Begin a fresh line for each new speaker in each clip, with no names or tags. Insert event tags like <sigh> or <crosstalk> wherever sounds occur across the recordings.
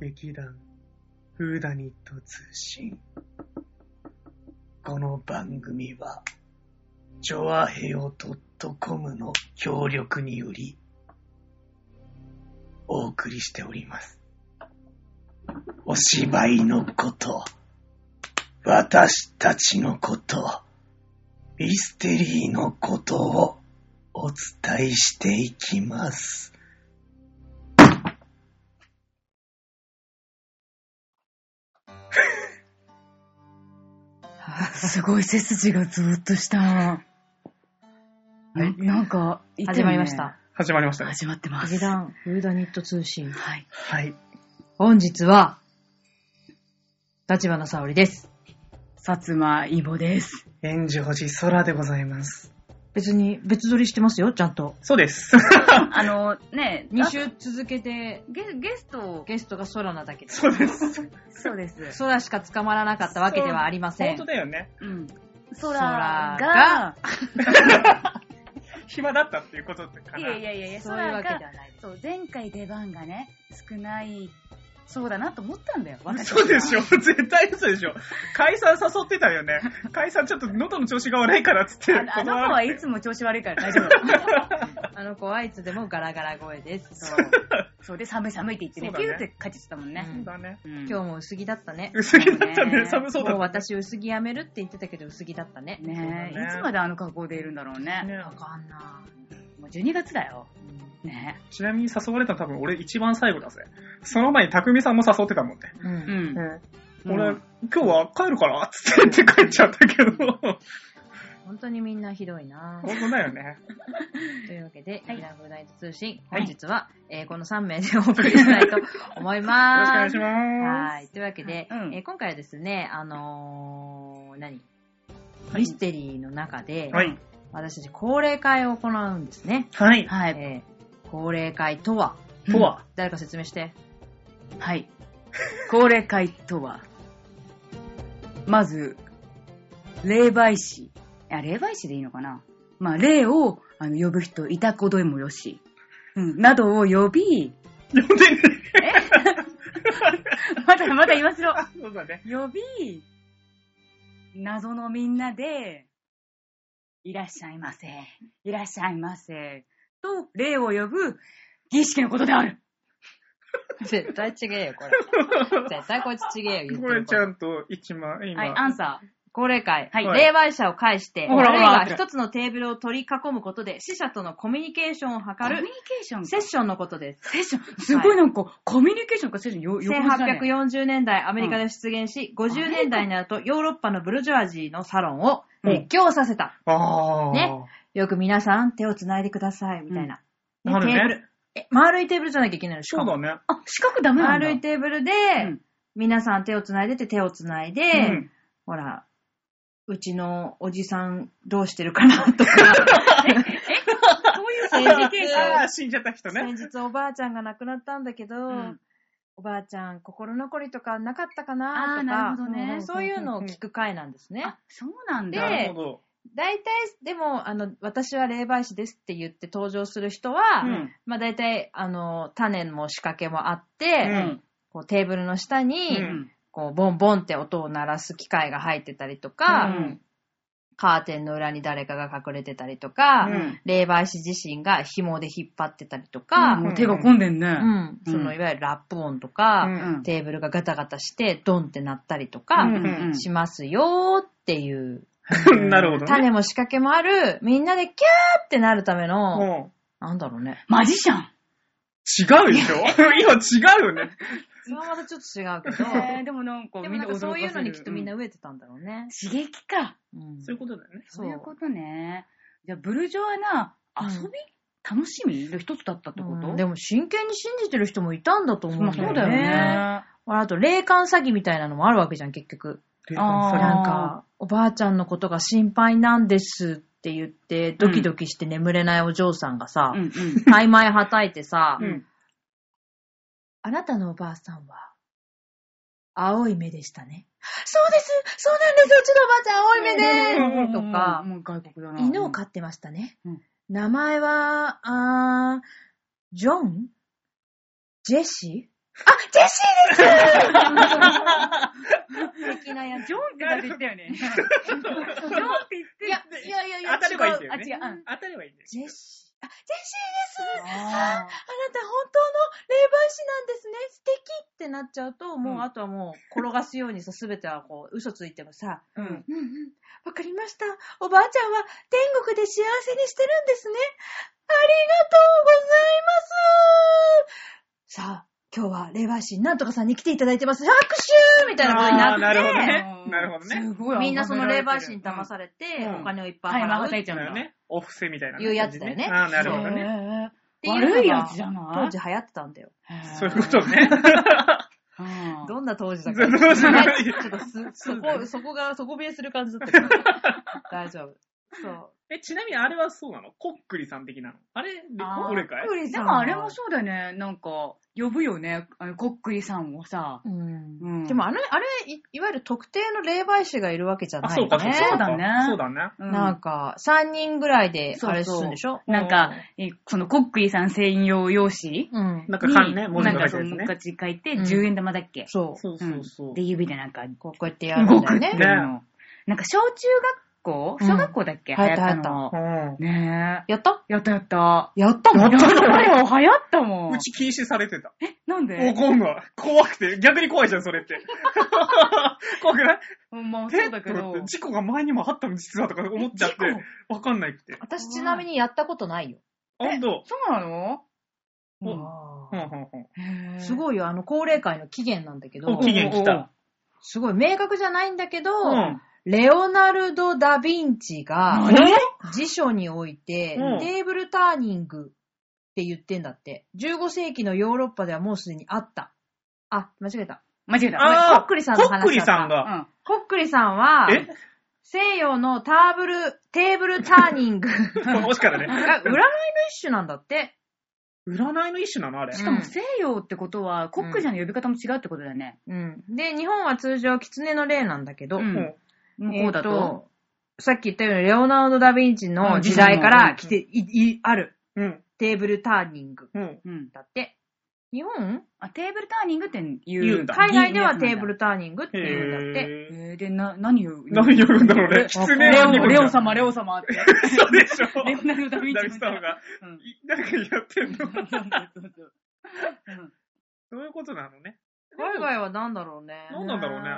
劇団、フーダニット通信。この番組は、ジョアヘオ .com の協力により、お送りしております。お芝居のこと、私たちのこと、ミステリーのことをお伝えしていきます。
あすごい背筋がずーっと
<laughs>
した。
はい
ななんか、
始まりました。。
始まりましたね。
始まってま
劇
す。
団フーダニット通信。
はい。
はい。
本日は、立花沙織です。
薩摩芋です。
炎上寺空でございます。
別に、別撮りしてますよ、ちゃんと。
そう <laughs> です。
あの、ねえ、
2週続けて、
ゲゲストを、
ゲストがソラなだけで。
そうです。
そうです。
空しか捕まらなかったわけではありませ
本
ん
当。だよね。
うん。
空
空が
が、
暇だったっていうことってかな。
いやいやいやいや、
そういうわ
空
けで
が、
はないです。
そう、前回出番がね、少ない、そうだなと思ったんだよ、私は
嘘でしょ絶対嘘でしょ解散誘ってたよね。解散ちょっと喉の調子が悪いからっつって。
あのあの子はいつも調子悪いから大丈
あの子はいつでもガラガラ声です。
夫。そう。そうで、寒い寒いって言ってね、
そうだ
ピ
ね
ューって帰ってきたもんね。
そうだね。
うん
今日も薄着だったね。
薄着だったね。
ね
寒そうだ
もう
っ
私薄着やめるって言ってたけど薄着だったね。
ねえ、
そうだね
いつまであの格好でいるんだろう
た。
ね。
ね
わかんな
もう12月だよ。
い。
ね
ちなみに誘われたの多分俺一番最後だぜ。その前に匠さんも誘ってたもんね。
う
え。
ん。
ん。
俺、
うん
今日は帰るからっつって帰っちゃったけど。
本当にみんなひど
<laughs>
いな
本当だよね。
というわけで、
はい
イラフナイト通信、
はい
本日は、えーこの3名でお送りした
<laughs>
いと思い
よろ
ま
しくお願い
す。
しま
はい。というわけで、
うん
えー今回はですね、あのー何
はい
ミステリーの中で、
はい
私たち恒例会を行うんですね。
す。はい。
はい。
えー恒例会とは、
とは、
<laughs> 誰か説明して。
うんはい。高齢会とは、まず、霊媒師。いや、霊媒師でいいのかなまあ、霊をあの呼ぶ人、いたこどいもよし。うん、などを呼び、
呼んでね。
<laughs> まだまだ言わせろ。
そうだ
<laughs>
ね。
呼び、謎のみんなで、いらっしゃいませ、いらっしゃいませ、と、霊を呼ぶ儀式のことである。
絶対ちげえよ、これ。絶対こいつちげえよ、言って
こ
る
れ
こ
ち
と
ゃんと一番、今。
はい、アンサ
高齢会、
はい
霊媒者を介して、
ほら
ある
ほ
い
ら
は
ほら
一つのテーブルを取り囲むことで、死者とのコミュニケーションを図
ー。コミュニ
る
ケーション
セッションのことです。
セッション。すごいなんか、コミュニケーションかセッションよ、よくわかんない
1840年代、アメリカで出現し、50年代になるとヨーロッパのブルジョアジーのサロンを
うん
熱狂させた。
ああ。
ねよく皆さん手を繋いでください、みたいな。
なる
テーブ
ね
ル。。え、丸いテーブルじゃなきゃいけないのし
そ
か
う
も。
だね。
あ、四角ダメなんだ。
丸いテーブルで、
うん
皆さん手を繋いでて手を繋いで、
うん
ほら、うちのおじさんどうしてるかな <laughs> とか、
そういうコミュニケーシ
あ
ョ
あ、死んじゃった人ね。
先日おばあちゃんが亡くなったんだけど、
ン。
おばあちゃん心残りとかなかったかな
あー
とか
なるほどね
うんそういうのを聞く回なんですね
あ。、そうなん
で
だ。
なるほど。
大体、でも、あの、私は霊媒師ですって言って登場する人は、
うん
まあ大体、あの、種も仕掛けもあって、
うん
こうテーブルの下に、
う
うんん。
こう、ボンボンって音を鳴らす機械が入ってたりとか、
うん
カーテンの裏に誰かが隠れてたりとか、
うん
霊媒師自身が紐で引っ張ってたりとか、
もう手が込んでんね。
うんそのいわゆるラップ音とか、
うん
うん
テーブルがガタガタしてドンって鳴ったりとか
うん
うん
しますよーっていう、
<laughs> なるほどね。
種も仕掛けもある、みんなでキャーってなるための、
も
なんだろうね。
マジシャン。
うん、違うでしょ今違うよね。
それはまたちょっと違
<laughs>
うけど、
えーでもなんか、
でもなんかそういうのにきっとみんな
う
飢えてたんだろうね。
刺激か。
うん
そういうことだよね。
そ
そうういうことね。じゃあ、ブルジョアな遊び、
うん
楽しみの一つだったってこと、
うんでも真剣に信じてる人もいたんだと思うんだよね。
そうだよね。
ほらあと霊感詐欺みたいなのもあるわけじゃん、結局。
あー
なんか、おばあちゃんのことが心配なんですって言って、ドキドキして眠れないお嬢さんがさ、
うん
タイマイはたいてさ、
うん。うん
あなたのおばあさんは、青い目でしたね。そうですそうなんですうちのおばあちゃん青い目で
うん
とか
もう外国だな。
犬を飼ってましたね。
うん
名前は、あージョンジェシージェシーです
素敵なや、 <laughs> ジョンってだって言ったよね。ジョンって言って。
いや、いやいやいや、
当たればいいんだよ
あ、
ね
違う。うん
当たればいいんだよ。
ジェシー。あ、ジェシーですあな
あ
た本当の霊媒師なんですね素敵ってなっちゃうと、もう、
うん
あとはもう、転がすようにさ、すべてはこう、嘘ついてもさ、
う
うん
ん。
うんうん、わかりました。おばあちゃんは天国で幸せにしてるんですね。ありがとうございます。さあ、今日は霊媒師なんとかさんに来ていただいてます。拍手みたいなことに
あ
な
ー
っ
なるほど
て、
ね。なるほどね。
すごい。
みんなその霊媒師に騙されて、
うん
お金をいっぱ
はいい、ま
払うっ
ば
て
た
い
いちゃうん
なる
だ。
ほどね。お布施みたいな感じ
い
で。
うやつだよね
あーなるほど
そう
ね。
ね。
うのが
悪いやつじゃない
当時流行ってたんだよ。
そういうことね。
うん
どんな当時だ
ど
か。
うぞ
<laughs> ちょっとす、そこ、そこが、底冷えする感じだ
<laughs>
ったけど。大丈夫。そう。
え、ちなみにあれはそうなのこっくりさん的なのあれ、
あー
俺かい
クリ
で
さん
もあれもそうだよね。なんか、呼ぶよね。あの、こっくりさんをさ。
うん
うん
でもあれ、あれい、いわゆる特定の霊媒師がいるわけじゃ
あ、
な
そう
い
か、
よ
そうか。
ね。
そうだね
そうだね。
う
なんか、3人ぐらいで、あれするんでしょ
なんか、えそのコックリさん専用用紙に、
うん。
なんか缶ね、文字
なん
が
か
書
そ
いて
の
る
文
やつね。
字書いて、
うん
10円玉だっけ、
そう。
そうそうそう。
で、指でなんか、
こうやってやるんだ
動
よ
くっていう
ね。
の。なんか小中学校
うん
小学校だっけ、
流
流
行
行
っ
ったたの
う。ん。
ね
やった
え。やったやった。
やった
や
の
ったよ、流行ったもん
う。ち禁止されてた。
なん
お、
で
こんが。怖くて。逆に怖いじゃん、それって。怖くない
まあ
ペ
そう
ッ
だ
ト
け
だ
ど
って、事故が前にもあったの実はとか思っちゃって、わかんないって。
私ちなみにやったことないよ。
ほんと。
そうなの
お
うん
ほんほんほん。
す
い。
ごいよ、あの、高齢会の期限なんだけど
お、期限来た。
すごい明確じゃないんだけど、
うん。
レオナルド・ダ・ヴィンチが
何
辞書において、
うん
テーブルターニングって言ってんだって。15世紀のヨーロッパではもうすでにあった。あ、間違えた。
間違えた。
あー
コックリさんの
こ
話だっ
ったくりさん
う
が、
ん。
コックリさんは、
え
西洋のターブル、テーブルターニングが
惜しかったね。
占いの一種なんだって。
占いの一種なのあれ。
しかも西洋ってことは、コックリさんの呼び方も違うってことだよね。
うん。で、日本は通常狐の霊なんだけど、
うん
うん
向こうだ
えー
と。
さっき言ったようにレオナルド・ダ・ヴィンチの時代から来て、い、い、ある
うん。
テーブルターニング
うん。
うん。
だって。日本
あ、テーブルターニングって言う。
言うんだ
海外ではテーブ。ルターニングって
へ
いうんだって。
え
ぇー。
ー、で、な、何を
何呼ぶんだろうね。
わか
狐
ん
レ
ない
の
オ、レオ
ん。
様、レオ様って。
<laughs> そうでしょ。
レオナルド・ダ・ヴィン
ダ
チ
ビ
み
ス
た
タ
い
ー
な。
が、
うん
いなんかやってんの。
そうそうそう
そういうことなのね。
海外は何だろうね。
なんなんだろうね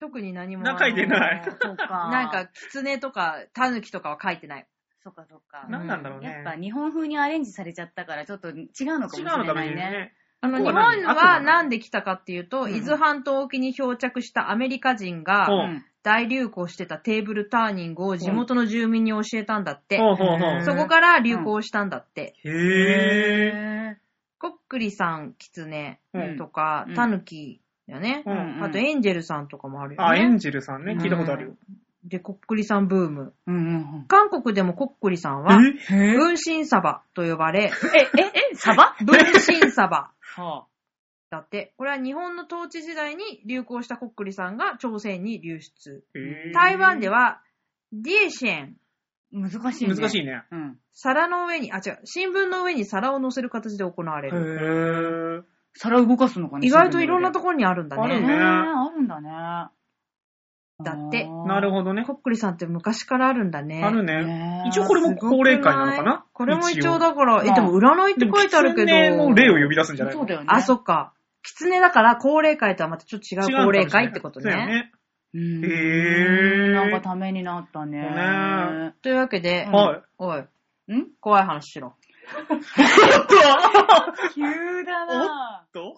特に何も。
な書いてないう
うんそうか。
んなんか、、狐とか、狸とかは書いてない。
そうかそうか。
何なんだろうね。
やっぱ日本風にアレンジされちゃったから、ちょっと違うのかもし
違う
れな
のダメ
い
に
ね。
ね。
あの、
こ
日
こは
本
何あと
は
何
何で来たかっていうと、
うん
伊豆半島沖に漂着したアメリカ人が
う、
う
ね
ん。
大流行してたテーブルターニングを地元の住民に教えたんだって。
ほうほうほ
うん
う。
そこから流行したんだって。
へぇ
こっくりさん、キツネ
うん
とか
う、ん
タヌキだよね
ー。。う。
うんん
あと、エンジェルさんとかもあるよね。
あ、エンジェルさんね。
うん
聞いたことあるよ。
で、こっくりさんブーム。
うんうん
韓国でもこっくりさん
え
は、
うん。
分身サバと呼ば
<laughs>
れ、
え、え、え、サバ
分身サバ
は
だって。これは日本の統治時代に流行したこっくりさんが朝鮮に流出。
へー
台湾では、ディエシェン、
難しいね。
難し
い。
いね。
うん。
皿の上に、あ、違う、新聞の上に皿を乗せる形で行われ
へ
る。
ぇ
皿動かすのかな
意外といろんなと
こ
ころにあるんだ
ある
ね
ね
ね。
あるんだね。
だって
なる
ほ
ほどね
こ。っくりさんって昔からあるんだね。
あるね。
ね
一応これも高齢会なのかな
これも一応だから、え、でも占いって書いてあるけ
狐も
ど。
霊を呼び出すんじゃないの
そうだよね。
あ、そっか。狐だから、高齢会とはまたちょっと違
違う
う高齢会ってことね。
そうだよね。
うん。
へー
なんかためになったね。
ね
というわけで、
はい。
おい、
ん
怖い話しろ。
急だな
と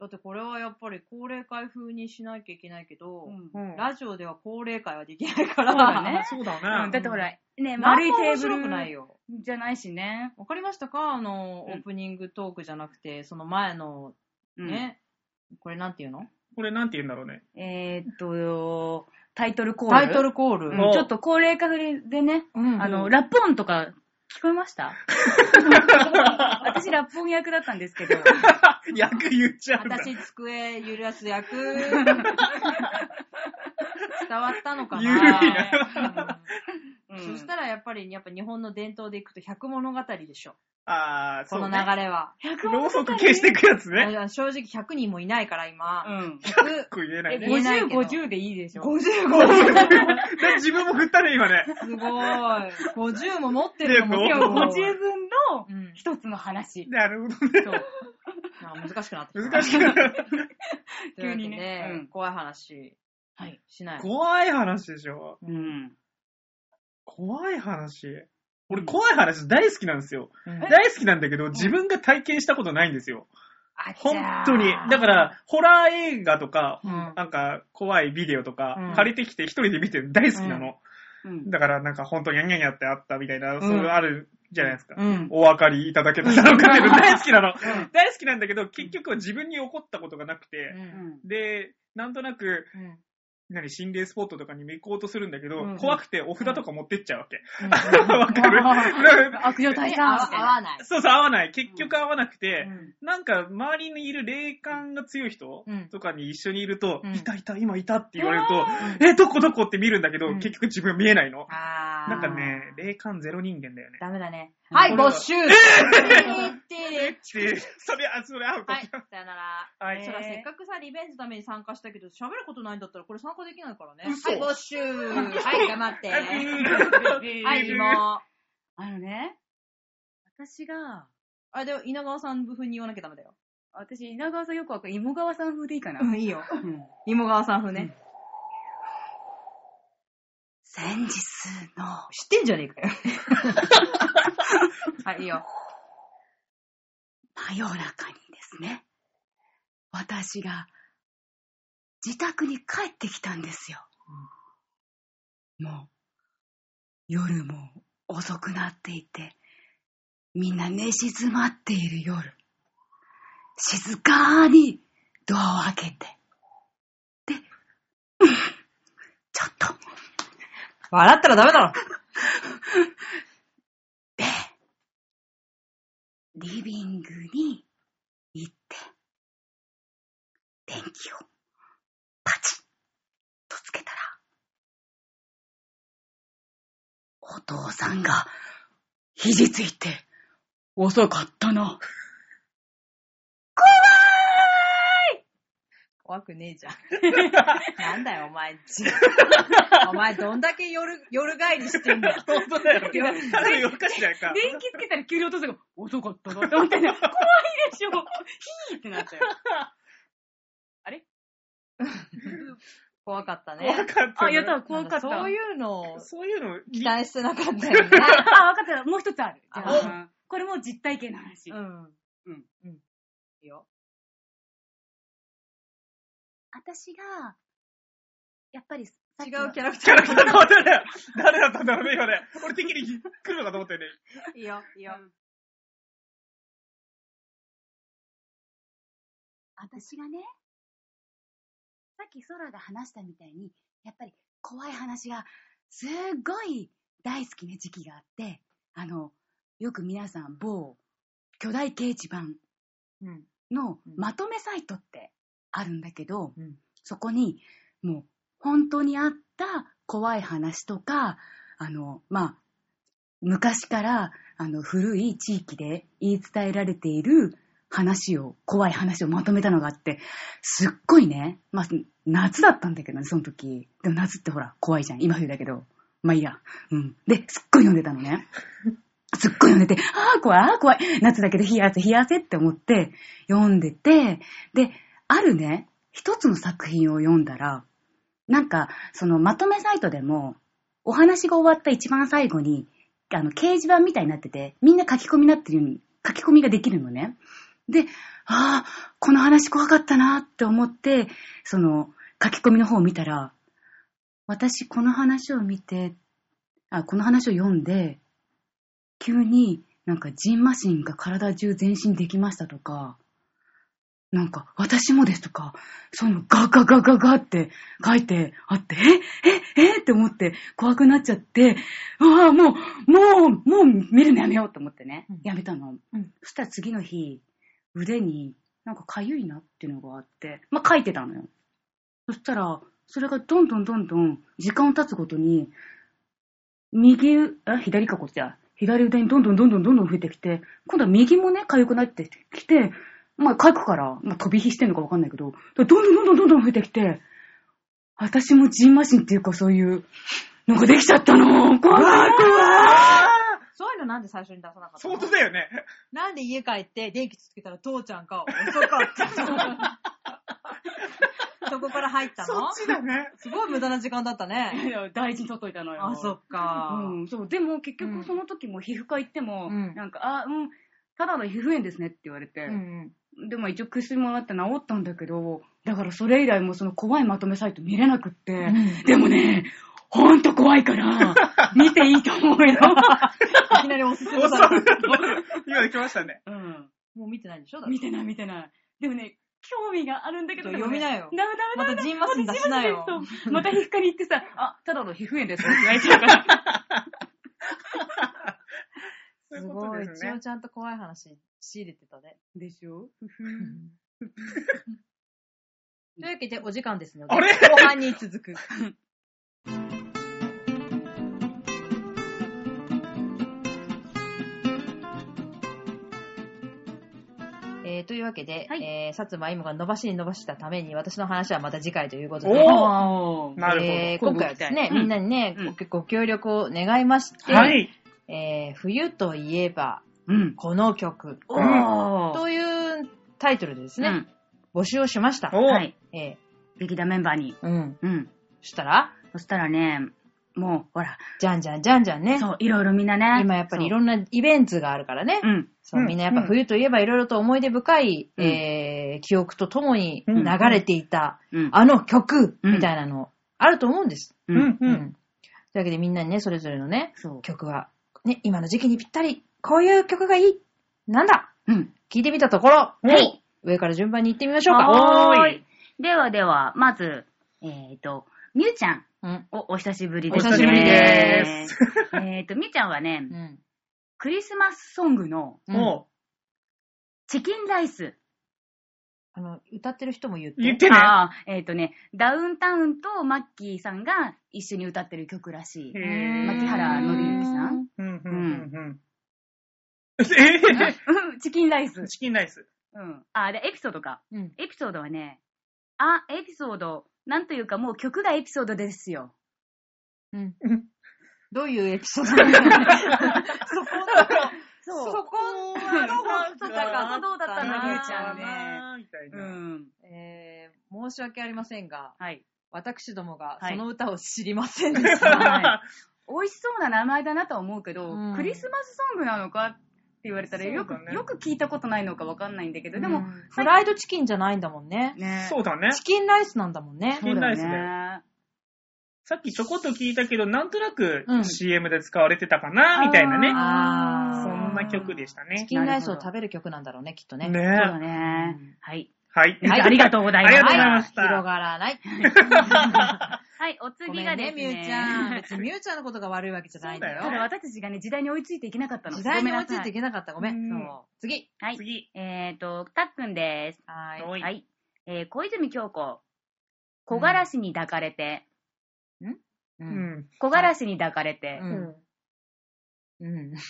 だってこれはやっぱり高齢会風にしなきゃいけないけど、
うん
ラジオでは高齢会はできないか
そうだ
ら、<laughs>
よね。
そうだ
うんだ
ね。
ってほら、ね、
丸
丸
い
い
テ
テ
ー
ー
ブ
ブ
ル。面白
ル
くないよ。
じゃないしね。
わかりましたかあの、
うん
オープニングトークじゃなくて、その前の、
うん
ね、これなんていうの
これなんて言うんだろうね。
えーっと、タイトルコール。
タイトルコール。
う
うんお
ちょっと高齢化でね、
うん
あの、ラップ音とか聞こえました
<laughs>
私ラップ音役だったんですけど、
役言っちゃうんだ。
私、机揺らす <laughs> 役。伝わったのかな
ゆるいな
うん
うん
うん
そしたらやっぱり、やっぱ日本の伝統でいくと百物語でしょ。
あー、
こ
そ
の
う、
流
ね。
れは。
ろうそく消してくやつね。
あ正直100人もいないから今。
うん。
<laughs>
100
こう言えない
え
ね。
言えない
50、
けど
50でいいでしょ。
<laughs> だ自分も振ったね、今ね。
すごい。50も持ってるのも
で
結
今日
構。
50分の
うん。
一つの話。
なるほどね。
そう。なんか難しくなってきた。
難しくなる。
急にね
というわけで
うん
怖い話
はい。
しない。
怖い話でしょ。
うん。
怖い話。俺、怖い話大好きなんですよ。
うん
大好きなんだけど、自分が体験したことないんですよ。
あちゃ
本
ー
当に。だから、ホラー映画とか、
うん
なんか、怖いビデオと
う
か
ん、
借りてきて一人で見てるの大好きなの。
うん。
だから、なんか、本当にャンニャンニャってあったみたいな、
ん
そういうのあるじゃないですか。
うん。
お分かりいただけただろうかっていうの大好きなの。大好きなんだけど、結局は自分に起こったことがなく
う
て、
ん。
で、なんとなく、
うん。
何、心霊スポットとかにも行こうとするんだけど、
うん
怖くてお札とか持ってっちゃうわけ。
うん
<laughs> わか
<laughs>
る
悪女退
合
散
わ合わない。
そうそう、合わない。結局合わなくて、
うん
なんか、周りにいる霊感が強い人
うん
とかに一緒にいると、
うん
いたいた、今いたって言われると、え、どこどこって見るんだけど、
うん
結局自分見えないの。
あー
なんかね、霊感ゼロ人間だ
<laughs>
よね。
ダメだね。
うん
はい、
これは
没収
えって、それ、あ、それアウト。
はい、さよなら。
は
そら
い。
せっかくさ、リベンジのために参加したけど、喋ることないんだったらこれ参加できないからね。
嘘
はい、没収はい、頑
<laughs>
張って。は、
はい
も
あのね、私が、
あ、でも稲川さん風に言わなきゃダメだよ。
私、稲川さんよくわかる。芋川さん風でいいかな。
うん、いいよ。
うん
芋川さん風ね。
先日の、
知ってんじゃねえかよ。 <laughs> はい、いいよ。
真夜中にですね、私が自宅に帰ってきたんですよ。もう、夜も遅くなっていて、みんな寝静まっている夜、静かにドアを開けて、で、うんちょっと、
笑ったらダメだろ。
で、リビングに行って、電気をパチッとつけたら、お父さんが肘ついて遅かったな。
怖くねえじゃん。なんだよ、お前。お前、どんだけ夜、夜帰りしてんだよ。
<laughs> 本当だよ。ただのおかしじゃないか。
電気つけたら急にお父さんが遅かったなって思ってね、怖いでしょ。ヒーってなったよ。
<laughs> 怖かったね
怖。かった。
あ、やった、怖かった。
そういうのを
そういうの、
期待してなかったよね。
<laughs> あ、わかった。もう一つある。じゃ
あ
あ、これも実体験の話。
うん。
うん。
うん。いいよ。
私が、やっぱり、違
違うキャラク
キ
タ
ャ
ー
ラ。クター変わったね。誰だったんだろうね、今ね。俺的に来るのかと思ったよね。
<laughs> いいよ、いいよ。
私がね、さっき空が話したみたいに、やっぱり怖い話がすっごい大好きな時期があって、あの、よく皆さん某巨大掲示板
うん。
の
うん
まとめサイトってあるんだけど、
うん
そこにもう本当にあった怖い話とか、あの、まあ、昔からあの古い地域で言い伝えられている話を、怖い話をまとめたのがあって、すっごいね、まあ、夏だったんだけどね、その時。でも夏ってほら、怖いじゃん。今冬だけど。まあいいや。うん。で、すっごい読んでたのね。すっごい読んでて、ああ、怖い、ああ、怖い。夏だけど冷や汗、冷や汗って思って読んでて、で、あるね、一つの作品を読んだら、なんか、そのまとめサイトでも、お話が終わった一番最後に、あの、掲示板みたいになってて、みんな書き込みになってるように、書き込みができるのね。で、ああ、この話怖かったなって思って、その、書き込みの方を見たら、私この話を見て、あ、この話を読んで、急になんかジンマシンが体中全身できましたとか、なんか私もですとか、そういうのガガガガガって書いてあって、えええって思って怖くなっちゃって、ああ、もう、もう、もう見るのやめようと思ってね
うん、
やめたの。
うん
そしたら次の日、腕になんか痒いなっていうのがあって、まあ書いてたのよ。そしたら、それがどんどんどんどん時間を経つごとに、右う、あ、左かこっちだ。左腕にどんどんどんどんどんどん増えてきて、今度は右もね、痒くなってきて、まあ、痒くから、まあ、飛び火してんのかわかんないけど、どんどんどんどんどんどん増えてきて、私もジンマシンっていうかそういう、なんかできちゃったの怖い
そういうのなんで最初に出さなかったの
相当だよね。
なんで家帰って電気つけたら父ちゃんが遅か
<laughs>
った。そこから入った
そ
の
っちだね。
すごい無駄な時間だったね。
いや大事に取っといたのよ。
あ、そっか。
うん、そう。でも結
う
局
ん
その時も皮膚科行っても、
うん
なんか、あ、うん、ただの皮膚炎ですねって言われて、
うん
でも一応薬もらって治ったんだけど、だからそれ以来もその怖いまとめサイト見れなくって、
うん
でもね、ほんと怖
<laughs>
いから、見ていいと思うよ。
いきなりおすす
お
め
<laughs> そ
さ
ら
れ
く
た。
今で来ましたね。
うん。
も <laughs> う見てないでしょだって
見てない見てない。でもね、興味があるんだけど、
読みな
<laughs>
よ
でもねダメダメダメ
またジンマシン出しなよ。
そうまた皮膚科に行って
<laughs>
さ、あ、ただの皮膚炎ですって言われちゃうから。
そうい
す
うこと
ごい。
です
一
ね
応。ちゃんと怖い話仕入れてたね。
でしょ
というわけで、お時間ですので、
あれ
後半に続く。えー、というわけで、
はい
えー、薩摩芋が伸ばしに伸ばしたために、私の話はまた次回ということで、
おー
お
なるほど
えー、今回はですね、みんなにね、
うん
ご、ご協力を願いまして、
はい。
えー、冬といえば、
うん。
この曲、
おー
というタイトルでです
う
ね、
ん
募集をしました。
お
はい。
え
劇団メンバーに。
ー、うん。
うん。
したら、
そしたらね、もう、ほら、
じゃんじゃんじゃんじゃんね。
そう、いろいろみんなね。
今やっぱりい
い
ろんなイベントがあるからね。
ろ。うん。
そう
うん
みんなやっぱ冬といえばいろいろと思い出深い、
うん
えー記憶とともに
うん
流れていた、
うん。
あの曲、
うん
みたいなの、あると思うんです。
う。
うんん、う。
うんんというわけでみんなにね、それぞれのね、
そう。
曲は、ね、今の時期にぴったり、こういう曲がいい、なんだ
うん。
聞いてみたところ、
はい
上から順番に行ってみましょうか。
は
お
ー
ー
い。ではでは、まず、えっと、みゆちゃん
うん。
お、お久しぶりです。。
お久しぶりです
<laughs> えっと、みゆちゃんはね
う、ん。
クリスマスソングの
うん
も
チキンライス。
あの、歌ってる人も言っ
う、
て。
言ってね。
あーえっとね、ダウンタウンとマッキーさんが一緒に歌ってる曲ら
へ
しい。
ー
牧原紀之さん。
うん、うん、うん。うん。
うんチキンライス
え。 <laughs> チキンライス。
うん。あ、で、エピソードか。
うん。
エピソードはね、あ、エピソード、なんというかもう曲がエピソードですよ。
うん。
うん
どういうエピソードなんだろうそこの
そう
そこはどうだったかどうだった
あ
の
の
ゆ
ゆ
う
う
ち
ち
ゃ
ゃ
ん
ん
ね
ね。
みたいな。
ん。
えー申し訳ありませんが、
はい。
私どもが
は
そ
い
の歌を知りませんでした。
はい美味しそうな名前だなとは思うけど、
うん
クリスマスソングなのかって言われたら
そう
よく、
だね
よく聞いたことないのかわかんないんだけど、
で
で
も
も、、
<laughs> フライドチキンじゃないんだもんね。
ね
<laughs> そうだね。
チキンライスなんだもんね
チ。キンライス
そう
で
だよね。
さっきちょこっと聞いたけど、なんとなく
うん
CM で使われてたかな、みたいなね。
あー
そんな曲でした
チ
ね。
キンライスを食べる曲なんだろうね、きっとね。
ね
そうだね。はい。
はい。
はいありがとうございます
<laughs> ありがとうございました。
広がらない。
はい、
ご
お次
め
が
ん
で
ね、
す
み
ね。
ゆちゃん。別にみゆちゃんのことが悪いわけじゃないんだよ
そ
た
う。
だ私たちがね、時代に追いついていけなかったの。
時代に追いついてい
け
けなかった。ごめん。
う
そ
ん
う次。
は
<laughs>
い。
次。
えーと、たっくんです。
は
お
ーい。
い
はい。えー、小泉京子。木枯らしに抱かれて。
う。
うんん。
木枯らしに抱かれて。
うん。うん。知っ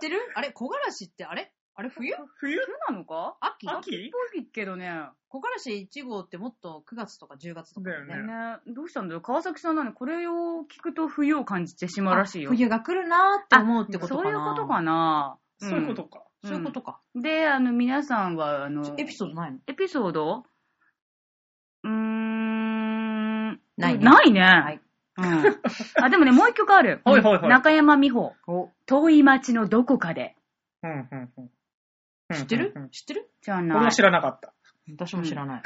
てるあれ木枯らしってあれあれ冬
冬
冬なのか
秋
秋
っぽいけどね。
木枯らし1号ってもっと9月とか10月とか
だよ
ね
ね。
どうしたんだろう川崎さんなのにこれを聞くと冬を感じてしまうらしいよ。
冬が来るなーって思うってことか
そう
な。
いうことかな。
そういうことか。
うん
そういうことか。
うんで、あの、皆さんは、あの、
エピソードないの
エピソードうーん。
ないね
ないね。
い
うん。あ、でもね、もう一曲
<laughs>
ある。
はいはいはい
中山美穂。
お
遠い町のどこかで。
うん、うん、うん。
知ってる
うんうんうん
知ってる
じゃあ
これ
な
はい知。らなかった。
私も知らない。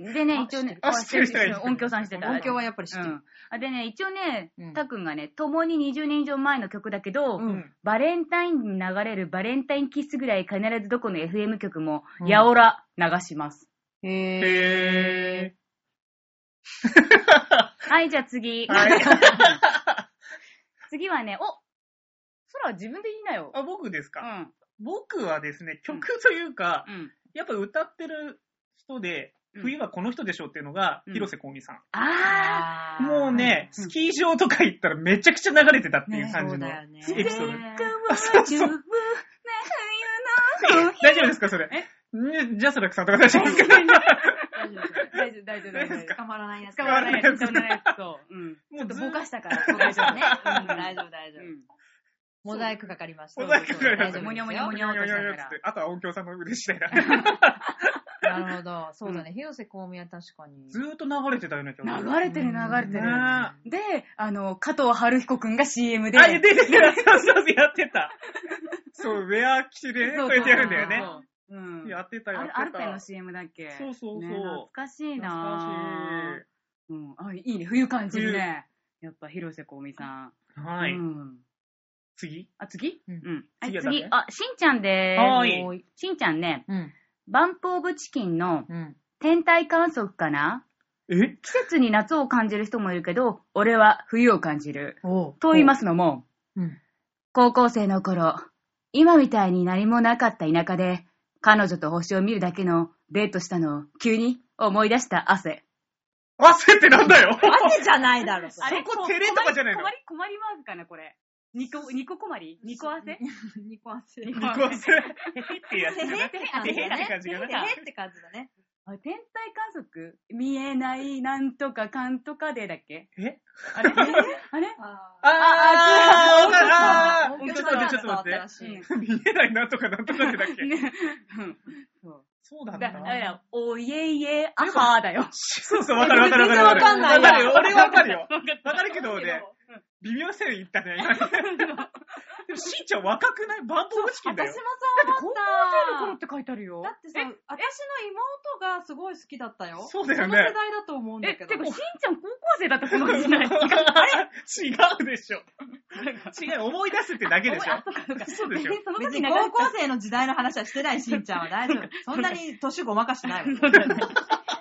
うんでね、一応ね、
あ知ってる人がいる
あ知ってる音響さんしてた。
音響はやっぱり知
う
ってる。
ん。あでね、一応ね
うん、
たっくんがね、共に20年以上前の曲だけど、
うん
バレンタインに流れるバレンタインキッスぐらい必ずどこの FM 曲も
う、ん
やおら流します。
へー。
へ
はい、じゃあ次。
ー。 <laughs> はい。
次はね、おそら自分で言いなよ。
あ、僕です
う
か。
ん。
僕はですね、曲というか、
うん。
やっぱ歌ってる人で、
うん
冬はこの人でしょっていうのが、
うん
広瀬香美さん。
あ
あー
もうね、
うん
スキー場とか行ったらめちゃくちゃ流れてたっていう感じの
ねそうだよね
エピソード。
ー。
そうそう
ね
大丈夫ですかそれ。
え
ねジャスラックさんとか大丈夫ですか
大丈夫大丈夫、大丈
大丈夫
夫、大丈夫
です。か
<laughs> 捕まらないやつ。
捕まらないやつ、捕
捕
ま
ま
ら
ら
ないやつ、そう。うん。
も
ち
う
ょっと
ず
ぼ
ー
かしたから、そう大丈夫ね。うん大丈夫、大丈
う
夫。
ん
モザイクかかりました。
モザイクかかりました
そうそう大丈夫ですよ
もにょもにょもにょ
よ
っと
よ
し
よ
な
よ
が
っつっ
ら
て。あとは音響さんの腕次第だ。
なるほど。そうだね。広瀬香美は確かに。
ずーっと流れてたような気がする。
流れてる、流れて
ね
る。
あ、
で、あの、加藤春彦くんが CM で。
出てきた。そうそうそう、やってた。そう、ウェア着てね、
そ
こ
う
う
そう
やってやるんだよね。
そう。うん。
やってた、や
あ
って
る
た。
アルペの CM だっけ
そうそうそう
ね懐かしいな
懐
ぁ。うん。あ、いいね。冬感じるね。やっぱ、広瀬香美さ
かしい。
ん。
はい。
うん
次
あ、次
うん
うん。はい、
次は
次。
誰
あ、しんちゃんで
は
ー
い
おーい。
す。しんちゃんね、
うん。
バンプオブチキンの
うん。
天体観測かな
え
季節に夏を感じる人もいるけど、俺は冬を感じる。
お。
と言いますすのも、
うん。
高校生の頃、今みたいに何もなかった田舎で、彼女と星を見るだけのデートしたのを急に思い出した汗。
汗ってなん <laughs> だよ
汗じゃないだろ、そ
あれ
れ。
こ照れとかじゃないの
困り、困りマークかな、これ。ニコ、ニコ困りニコ汗
ニコ汗。
ニ
離婚する。へへってやつ
へへ
だ
って感じ
へへ
だね。
って感じかな
へへって感じだね。
あれ天体観測見えないなんとかかんとかでだっけ
え <laughs>
あれあれ
あーあ
あ
ー
ー
ちょっと待って、ちょっと待って。見えないなとかなんとかってだっけ
ねうんそう
そうだっ
だ
た
だから、おいえいえ、あはーだよ。
そうそう、わかるわかるわかる。
全然わかんない
わかるよ。俺はわかるよ。わかるけどね、微妙な線いったね、今ね。でも、しんちゃん若くないバンポブチキンだよ。
私もそう思っ
って書いてあるよ
た。だってさ、私の妹がすごい好きだったよ。
そうだよね
その世代だと思うんだ
え、
け
て
ど。
か、しんちゃん高校生だったこの時代。
<laughs> 違うでしょ。違う、思い出すってだけでし
おい <laughs> あそっかそっか
ょ。そうでしょ。
その
別
時
に
な
高校生の時代の話はしてないしんちゃんは大丈夫。そんなに年ごまかしてないもん。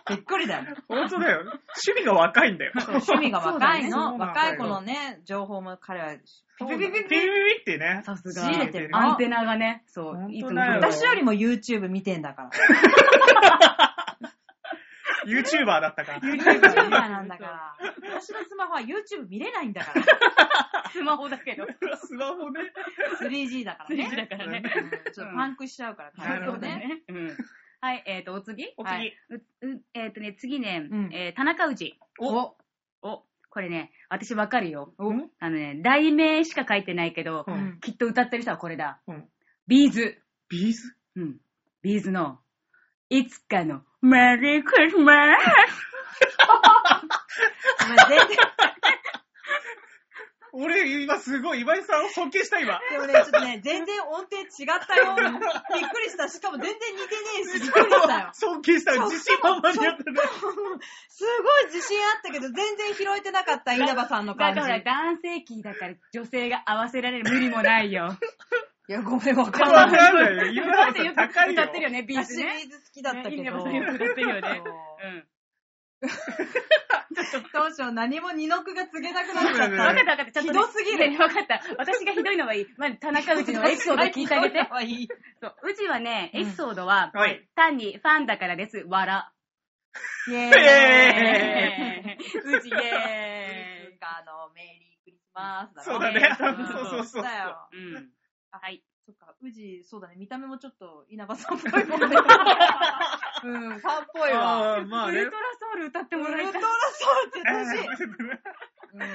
びっくりだよ。
本当だよ。趣味が若いんだよ。
趣味が若いの、
そうだね
若い子のね、情報も彼は、
ピピピピピピってね。
さす
仕
が。
入れてる
<laughs> ア
の
ン。テナがね、そう、いつ
本当
も。
だよ
私よりも YouTube 見てんだから。
YouTuber だったから。
YouTuber なんだから。私のスマホは YouTube 見れないんだから。
スマホだけど。
スマホね。
3G だからね。
だからね。
うんちょっとパンクしちゃうから、
<laughs> なる
そ
ほ
う
ど
だ。ね。うんはい、えっと、お次
お次
はいうんうんえっとね、次ね
うん、
えー田中氏。
お
お、これね、私わかるよ。
うん
あのね、題名しか書いてないけど
う、ん
きっと歌ってる人はこれだ。
うん
ビーズ。
ビーズ
うん。ビーズの、いつかの、メリークリスマス
ごめん全然。
俺、今すごい、今井さんを尊敬した、今。
でもね、ちょっとね、全然音程違ったよ。びっくりした。しかも全然似てねえし、びっくりしたよ。
尊敬した、自信満々にやったね。
すごい自信あったけど、全然拾えてなかった、稲葉さんの
だ
感
か
じ。
ら
い
男性キーだから女性が合わせられる無理もないよ。
や、ごめん、わかん
わ
ない。
かんないよ。今
だ
の
ってよ
さ、
く
高いよ。
歌ってるよね、ビーズ
私、ビ
ね。
ーズ好きだったけど。
ねインディアンさんよく歌ってるよね。うん。
どうしよう、何も二の句が告げなくなっちゃっ
そうだ
た。
分かっ
ね
た分かった。ちょっとね
ひどすぎる
ね分かった。私がひどいのはいい。まあ、田中うちのエピソード聞いてあげて。
はい
そう、うちはね、エピソードは、
はい
単にファンだからです。笑。
イ
エ
エーイ。
うち
い
で
つかのメリークリスマスだ
そうだね
そう
そうそうそう
だよ。
ーす。うん。はい。
そっか、宇治、そうだね、見た目もちょっと稲葉さんっぽいもんね。うん、ファンっぽいわ。
あーまあ
ウ
ね
ルト。ラソウル歌って
ウ
もらい
ルト
たい
ラ。ソウルってしい。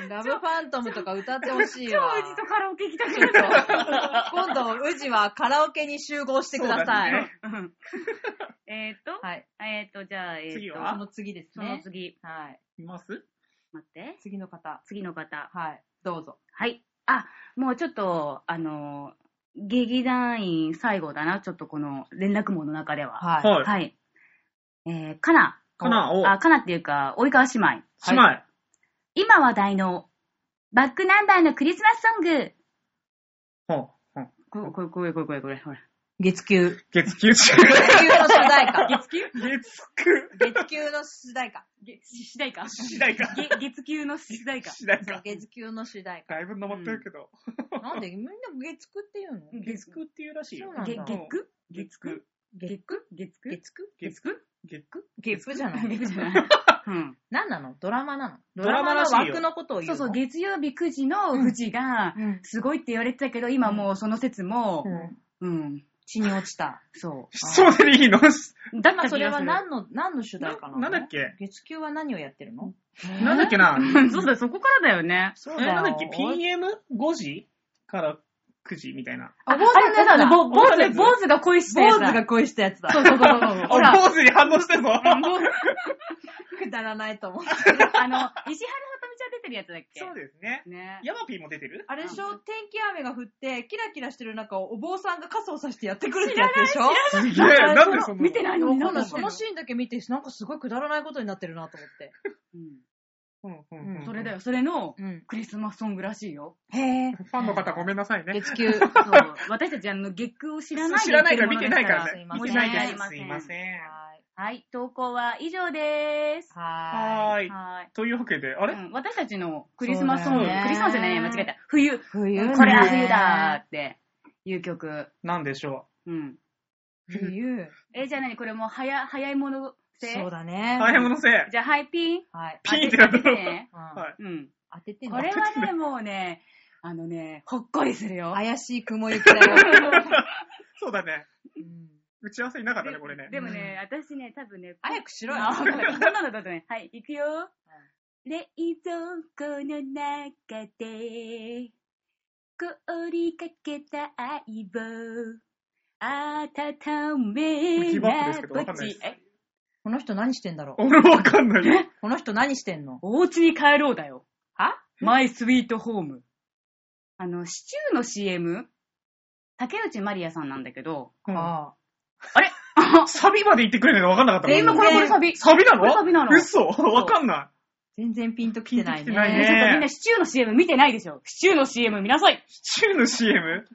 うん、ラブファントムとか歌ってほしい
超
わ。
うちとカラオケ行きたくなった。
今度、宇治はカラオケに集合してくだ
そう
さ
だ
い。
ね
うんえっと、
はい。
えっと、じゃあ、えっ
次
と、
そ
は
の次です
その
ね。
次。
はい。
います
待って。
次の方。
次の方。
はい。どうぞ。
はい。あ、もうちょっと、あの、劇団員最後だな。ちょっとこの連絡網の中では。
はい。
はい。
はい。えー、かな。
かなを、
あ、かなっていうか、及川姉妹。
姉妹。
今話題の、バックナンバーのクリスマスソング。
ほうほう
ここれ、これ、これ、これ、これ、ほら。
月給。
月給中。
月給の主題歌。
月給
月給。
<laughs> 月給の主題歌。
次第か。
次第か。
げ月給の次第か。
次第か。
月給の主題
だいぶ登ってるけど。
歌。なんでみんな月給って言うの
月給っていうらしいよ
そう。なん
げ
だ
月給
月給。
月給月給
月給
月給
月給
月9じゃない
月じゃない。うん。
何なのドラマなのド
ドラ
ラ
マ
マ
ら
の
しいよ
枠のことを言う
そう
の
そう、月曜日9時の富士が、
うん
すごいって言われてたけど、今もうその説も
う、ん
うん、
血に落ちた。
そ
そうでいいの
う。だっ
まあ
た
そ
気
れは
がする。
何の、何の主題かなの
ななんだっけ
月給は何をやってるの
なんだっけな
そうだ、そこからだよね。
そ
え、なんだっけ ?PM5 時から9時みたいな。
あ、坊
あれ、なんだ、ぼ坊
坊主のや
主、
つ
坊主が恋したやつ
主
だ。
が恋したやつだ。
そうそうそうそう。ほ
あ、
ら、
坊主に反応してんぞ。
坊主
くだらないと思う。
あの、石原さとみちゃん出てるやつだっけ
そうですね。
ね。
ヤマピーも出てる
あれでしょ天気雨が降って、キラキラしてる中をお坊さんが傘をさしてやってくるってやつでしょ
すげえ。なんでそんなの
見てないのに
わかんない
なん
そのシーンだけ見て、なんかすごいくだらないことになってるなと思って。
うん
うんうんうん
それだよ、それの
うん。
クリスマスソングらしいよ。
へえ。
ファンの方ごめんなさいね。
<laughs> 月給。
そう私たち、あの、月空を知らないで
知らないから
言
見
って
て
るもの
な
で
いからね見てない
すい。ません
す
です。
す
す
い
い
ま
ま
せ
せん。
はい、投稿は以上です。
は
はーい。
はい。
というわけで、あれ
うん私たちのクリスマスソ
そ
ング、
うだよ
ね
クリスマスじゃない間違えた。冬。
ーい。冬ね
これは冬だーっていう曲。
なんでしょ
うん。
冬。
え、じゃあ何これもう早、早いもの性
そうだね
う。。大変ものせい。
じゃあ、はい、ピン。
はい。
ピンってなった
当ててね。
うん
はい
うん。
当ててん
こ
だ
れはね、もうね、あのね、ほっこりするよ。
怪しい雲行きだよ。
そうだね。
うん
打ち合わせいなかったね、これね。
でもね、私ね、多分ね、
早くしろよ。
あ、ごめんこんなのだとね、はい、行くよ。冷蔵庫の中で、氷かけた愛を、温め
ギブアップ
な
ですけどわかんないです
え、
この人何してんだろう。
俺わかんない。
この人何してんの
お家に帰ろうだよ。
は
マイスイートホーム。あの、シチューの CM? 竹内まりやさんなんだけど、
あ
サビまで言ってくれないのわかんなかったもん
え、 <laughs> 今これこれサビ。
サビな
これサ
の
ビなの。
嘘 <laughs> わかんな
全然ピンときてない
ピンときてない
ね。
ねえちょっとみんなシチューの CM 見てないでしょ。シチューの CM 見なさい。
い。シチューの CM?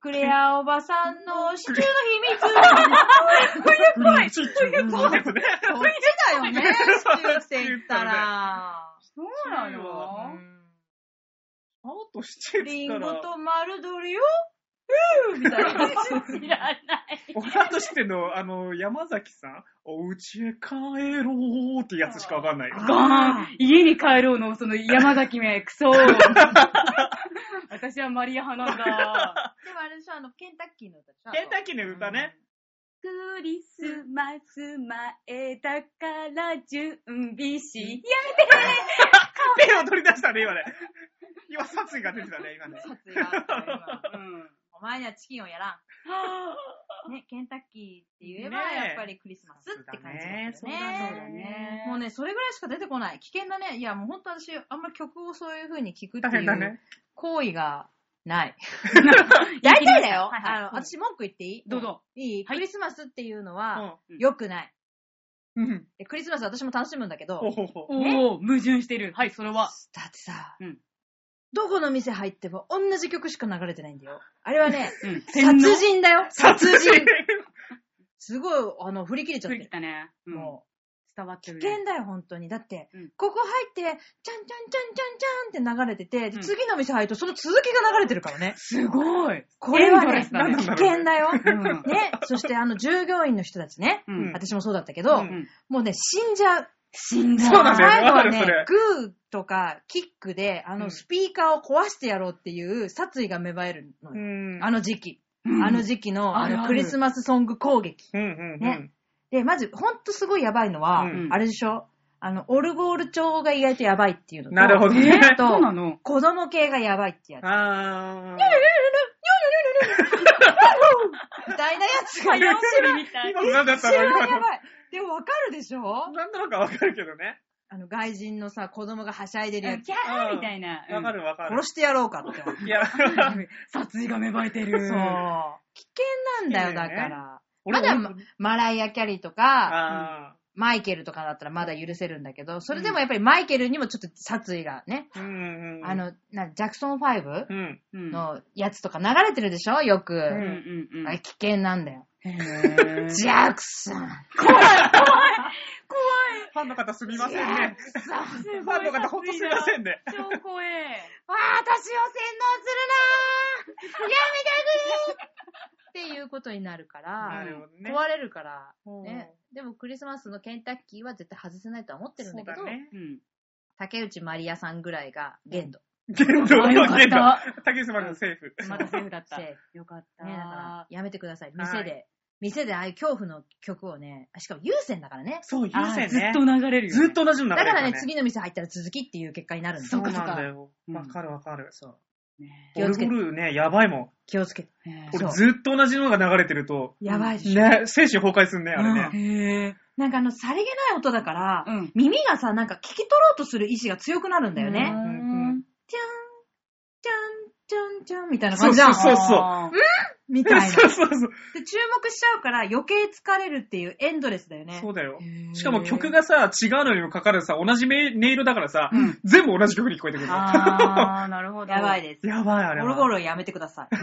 クレアおばさんのシチューの秘密
うんシチューそうですね。
そっちだよね、シチューって言ったら。
そう
な
う
の
の
ん
あとシチューって
リ
言
ン
った
ゴ
ら、
と丸鶏を、ふーみた <laughs> いな。
知らない。
俺としての、あの、山崎さん、お家へ帰ろうってやつしかわかんないよ。
ガーン家に帰ろうの、その山崎め、ク <laughs> ソ私はマリア派なんだ。
でもあれでしょ、あの、ケンタッキーの歌でしょ。
ケンタッキーの歌ね。
クリスマス前だから準備し、
手を取り出したね、今ね。今、殺意が出てたね、今ね。
撮影があったよ今
やうん。
お前にはチキンをやらん。 <laughs> ね、ケンタッキーって言えば、
ねえ
やっぱりクリスマスって感じだね。
そうだね
そうだね。
もうね、それぐらいしか出てこない。危険だね。いや、もう本当私、あんま曲をそういう風に聞くって
大変
い
だ
う
ね。
行為がない。
<laughs> 大
<laughs> 大体だよ。
はいは
あ
い
の、私文句言っていい
どうぞ。
いい
はい
クリスマスっていうのは、
うん
良くない。
うん。うん。
でクリスマス私も楽しむんだけど、
おほほ。
おお矛盾してる。はい、それは。
だってさ、
うん
どこの店入っても同じ曲しか流れてないんだよ。あれは
<laughs>
ね、
うん。
殺人だ
<laughs>
よ。殺人。すごい、あの、振り切れちゃっ
振
て
り切
る
っ。たね。うん
も
伝わって
う、
る
危
ね。
険だよ、本当に。だって、
うん
ここ入って、ちゃんちゃんちゃんちゃんちゃんって流れてて、で
うん
次の店入るとその続きが流れてるから
<laughs>
ね。
すごい。
これは
エンドレ
ね
ス、だね
危険だよ。
うん
ね、そしてあの、従業員の人たちね。
う
うん
ん。
私もそうだったけど、
うん
もうね、死んじゃう。
死んだ。
そうなんだよ
最後はね
わかる、
グーとかキックで、あ
う
の、
ん
スピーカーを壊してやろうっていう殺意が芽生えるの
う
よ。
ん。
あの時期。
うん
あの時期の、
あ
あ
るあ
の、
る
クリスマスソング攻撃。
うんうんうん。
ねで、まず、ほんとすごいやばいのは、
うん
あれでしょあの、オルゴール調が意外とやばいっていうのと、
なるほどね。
あ
そう
と、
なの
子供系がやばいってやつ。
あー。
みたいなやつがやばい。
みた
今の何だったの
やば
今
い。
の。
でもわかるでしょ
何なのかわかるけどね。
あの、外人のさ、子供がはしゃいでるやつ。
キャーみたいな。
わかるわかる。
殺してやろうかって思う。
いや、
うん。殺意が芽生えてる。
そう。危険なんだ
危険だ
よ、だか
よね
ら。
俺
<laughs> まだまマライア・キャリーとか、
あ
マイケルとかだったらまだ許せるんだけど、それでもやっぱりマイケルにもちょっと殺意がね、
ー。うんうん。
あ、の、なジャクソン5
うん。
うん。
のやつとか流れてるでしょよく。
うんんうんう
あれ
ん。
危険なんだよ。
へー
ジャクソン
ファンの方すみません
ジャ
ね。
クソンわあ、私を洗
ファンの方ほんとすみませんね。
超怖え。
脳するなーやめてくれっていうことになるから
な、るほどね。
壊れるから、
うん
ね。でもクリスマスのケンタッキーは絶対外せないとは思ってるん
そ
だ
う
け
だ
ど、
ね。
うん。
竹内まりやさんぐらいが限度。
限度、
あよ <laughs> かっ
限度。
た。
竹内まりのセーフ。
またセーフだっ
セー
た。
フ
よかった。
ね、だから、やめてください。
はい
店で、店でああいう恐怖の曲をね、しかも優先だからね。
そう、優
あー
先
ず
ね
っ。と流れるよ、ね。
ずっと同じの
だ
流れ
か
る
らね、
ね。
次の店入ったら続きっていう結果になるんだ
そ
よ
う
ね。
なんだよ。
うん
わかるわかる。
そう。
ね。
気をつけて
オルゴールね、やばいも
気をつけて。
ね
ん。
そう
俺ずっと同じのが流れてると、
やばいでしょ。
ね、精神崩壊すんね、あれね。
へえ。
なんかあの、さりげない音だから、
うん。
耳がさ、なんか聞き取ろうとする意志が強くなるんだよ
う
ね。
ん。
じゃん、じゃん、じゃん、じゃん、みたいな
そ
感
う
じじゃ
そ
ん
う。そうそう。
あー
みたいな。
<laughs> そうそうそう。
で、注目しちゃうから余計疲れるっていうエンドレスだよね。
そうだよ。
へー
しかも曲がさ、違うのにもかかるさ、同じ音色だからさ、
うん
全部同じ曲に聞こえてくるの。
あー、なるほど。
やばい
ね。
です。
やばい、あ
ゴ
れ
ロ
は。
ゴロやめてくださ
<laughs>
い。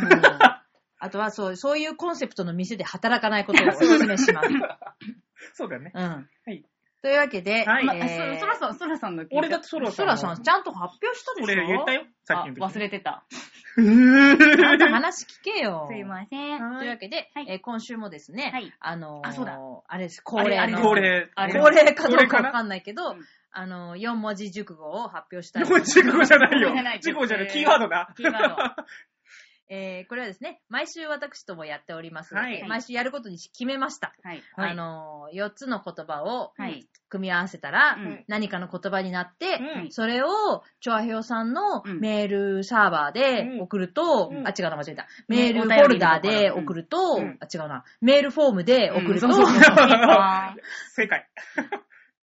あとは、そう、そういうコンセプトの店で働かないことをお勧めします。
そうだよね。
うん。
い
というわけで、
はい
まあ、
えー
そらさん、そらさんの聞いた
俺だってソロ
ソラさん、ちゃんと発表したでしょ
俺言ったよ、さっきの時。
あ忘れて <laughs> た。
あん
<laughs>
た
れ
話聞けよ。
すいません。
というわけで、
はい
えー今週もですね、
はい
あのー
あそうだ
あれです、恒例
あれあ
の
れ
恒例。
あれ
恒例かどうかわ
恒
かんないけど、
うん
あのー、4文字熟語を発表した
例
い
か。な。事故じゃない
事故じゃない
よ。事故じゃない。キーワードな。
キーワード。 <laughs>
えーこれはですね、毎週私どもやっておりますので、
はい
毎週やることに決めました。
はい。
あのー、4つの言葉を
はい。
組み合わせたら、
うん
何かの言葉になって、
うん
それを、チョアヘヨさんの
うん
メールサーバーで送ると、
うん
あ、違うな、間違えた。
ね
メールフ
お便りのとこ
ォ
ろ
ルダーで送ると、
うん
あ、違うな、メールフォームで送ると、
うんそうそう <laughs> そうは
正解。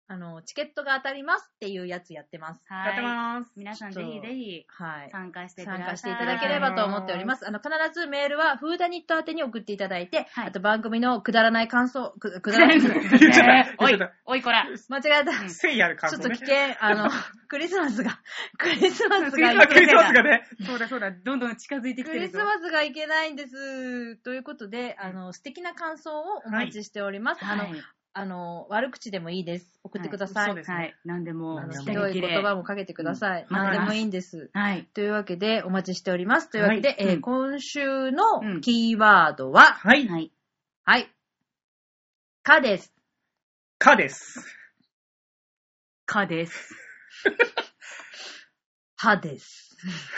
あの、チケットが当たりますっていうやつやってます。
やって
い。
まーす。
皆さんぜひぜひ
はい。
参加してください。
参加していただければと思っております。あの、必ずメールは、フーダニット宛てに送っていただいて、
はい
あと番組のくだらない感想、くく
く
だ
だら
らな
<laughs> ないい。
言っちゃった
お
言っ
い
ちゃっ、
おいこら。
間違えた。
うん
ち
せいやる感
ょっ
想
と
ね
危。険。あ
<laughs>
の、クリスマスが、クリスマス
クリ
が
ス
い
マ
あ
ス
ク
け
リス
ない。
マスがね。
そうだそうだ、どんどん近づいてき
ク
てる
リ
ぞ
ス。マスがいけないんです。ということで、あの、素敵な感想をお待ちしております。あ
は
の
い、
あの、悪口でもいいです。送ってください。
はいそうですね
はい。何でも
あの、
何
ひ
でも
どい言葉
も。
もかけてください。
うん
何でもいいんです。
はい。
というわけで、お待ちしております。というわけで、
はい
えー
うん
今週の
うん
キーワードは、
はい。
はい。
はい。かです。
かです。
かです。
はです。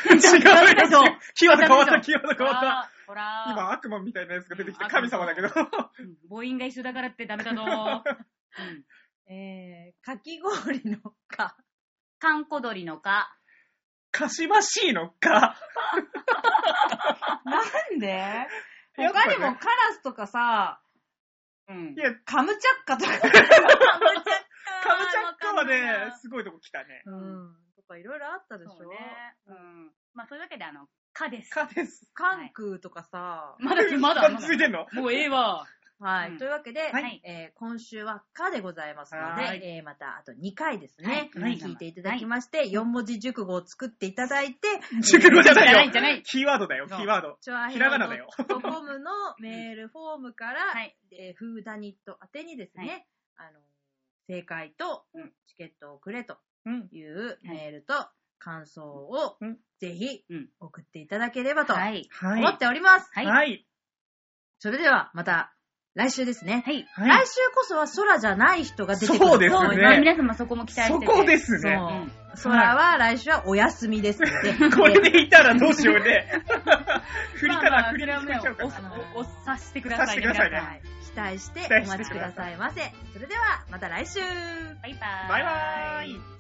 違うよ
ダメでしょ。
キーワード変わっ
ダメ
た、
で
キーワード変わった。
た。ほら。
今、悪魔みたいなやつが出てきて、
うん
神様だけど。
うん母音が一緒だからってダメ
<laughs>
だぞ。うん
えー、かき氷のか。
かんこ鳥のか。
かしましいのか。
なんで
やっぱ
他
ね
にもカラスとかさ、
うん
い。や、
カムチャッカとか、
かぶちゃっ
カムチャッカはね、すごいとこ来たね。
うん、とかいろいろあったでしょ
そうね。うん。まあ、そういうわけで、あの、かです。
かです。
関空とかさ、<laughs>
まだ、まだ、ま
続いてんの
だ。もうええわ。
はい、
うん
というわけで、
はい
えー今週は「か」でございますの
はい
で、えーまたあと2回ですね、
はい
聞いていただきまして、4文字熟語を作っていただいて
熟語じゃ
じゃ
な
ないい、
よ。
じゃない。
キーワードだよ、キ
そう
ーワード。
チョア
ひらがなだよ。
ドットコムのメールフォームから、
はい
えーフーダニット宛てにです
は
ね、あの正解と
うん
チケットをくれと
うん。
いうメールと感想を
うん
ぜひ
うん
送っていただければと
はい。
は
思っ
い。
ております。
はい。はい。
はい。
それではまた来週ですね。
はい
来週こそは空じゃない人が出てくると
そうですね
そうですね。皆様そこも期待し
そ
てて。。
こですす
そ
ね。。
う。空は来週はお休みですので
これでい <laughs> たらどうしようね。
<laughs>
<laughs> 振りか
まあま
ら
あ
振りに聞こえちゃうか
それは
ら。
もうお、お、お察してください
察して
ね、
くださいね
皆
はい期待して
<laughs> 期待
お
して
待ちくださいませ。それではまた来週
さん。バイバーイ。
バイバーイ。